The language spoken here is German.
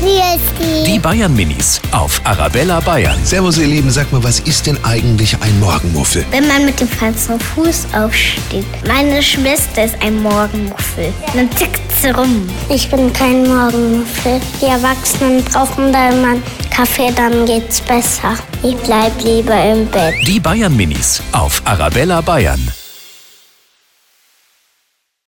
Grüß Die Bayern Minis auf Arabella Bayern. Servus, ihr Lieben. Sag mal, was ist denn eigentlich ein Morgenmuffel? Wenn man mit dem falschen Fuß aufsteht. Meine Schwester ist ein Morgenmuffel. Dann tickt sie rum. Ich bin kein Morgenmuffel. Die Erwachsenen brauchen da immer einen Kaffee, dann geht's besser. Ich bleib lieber im Bett. Die Bayern Minis auf Arabella Bayern.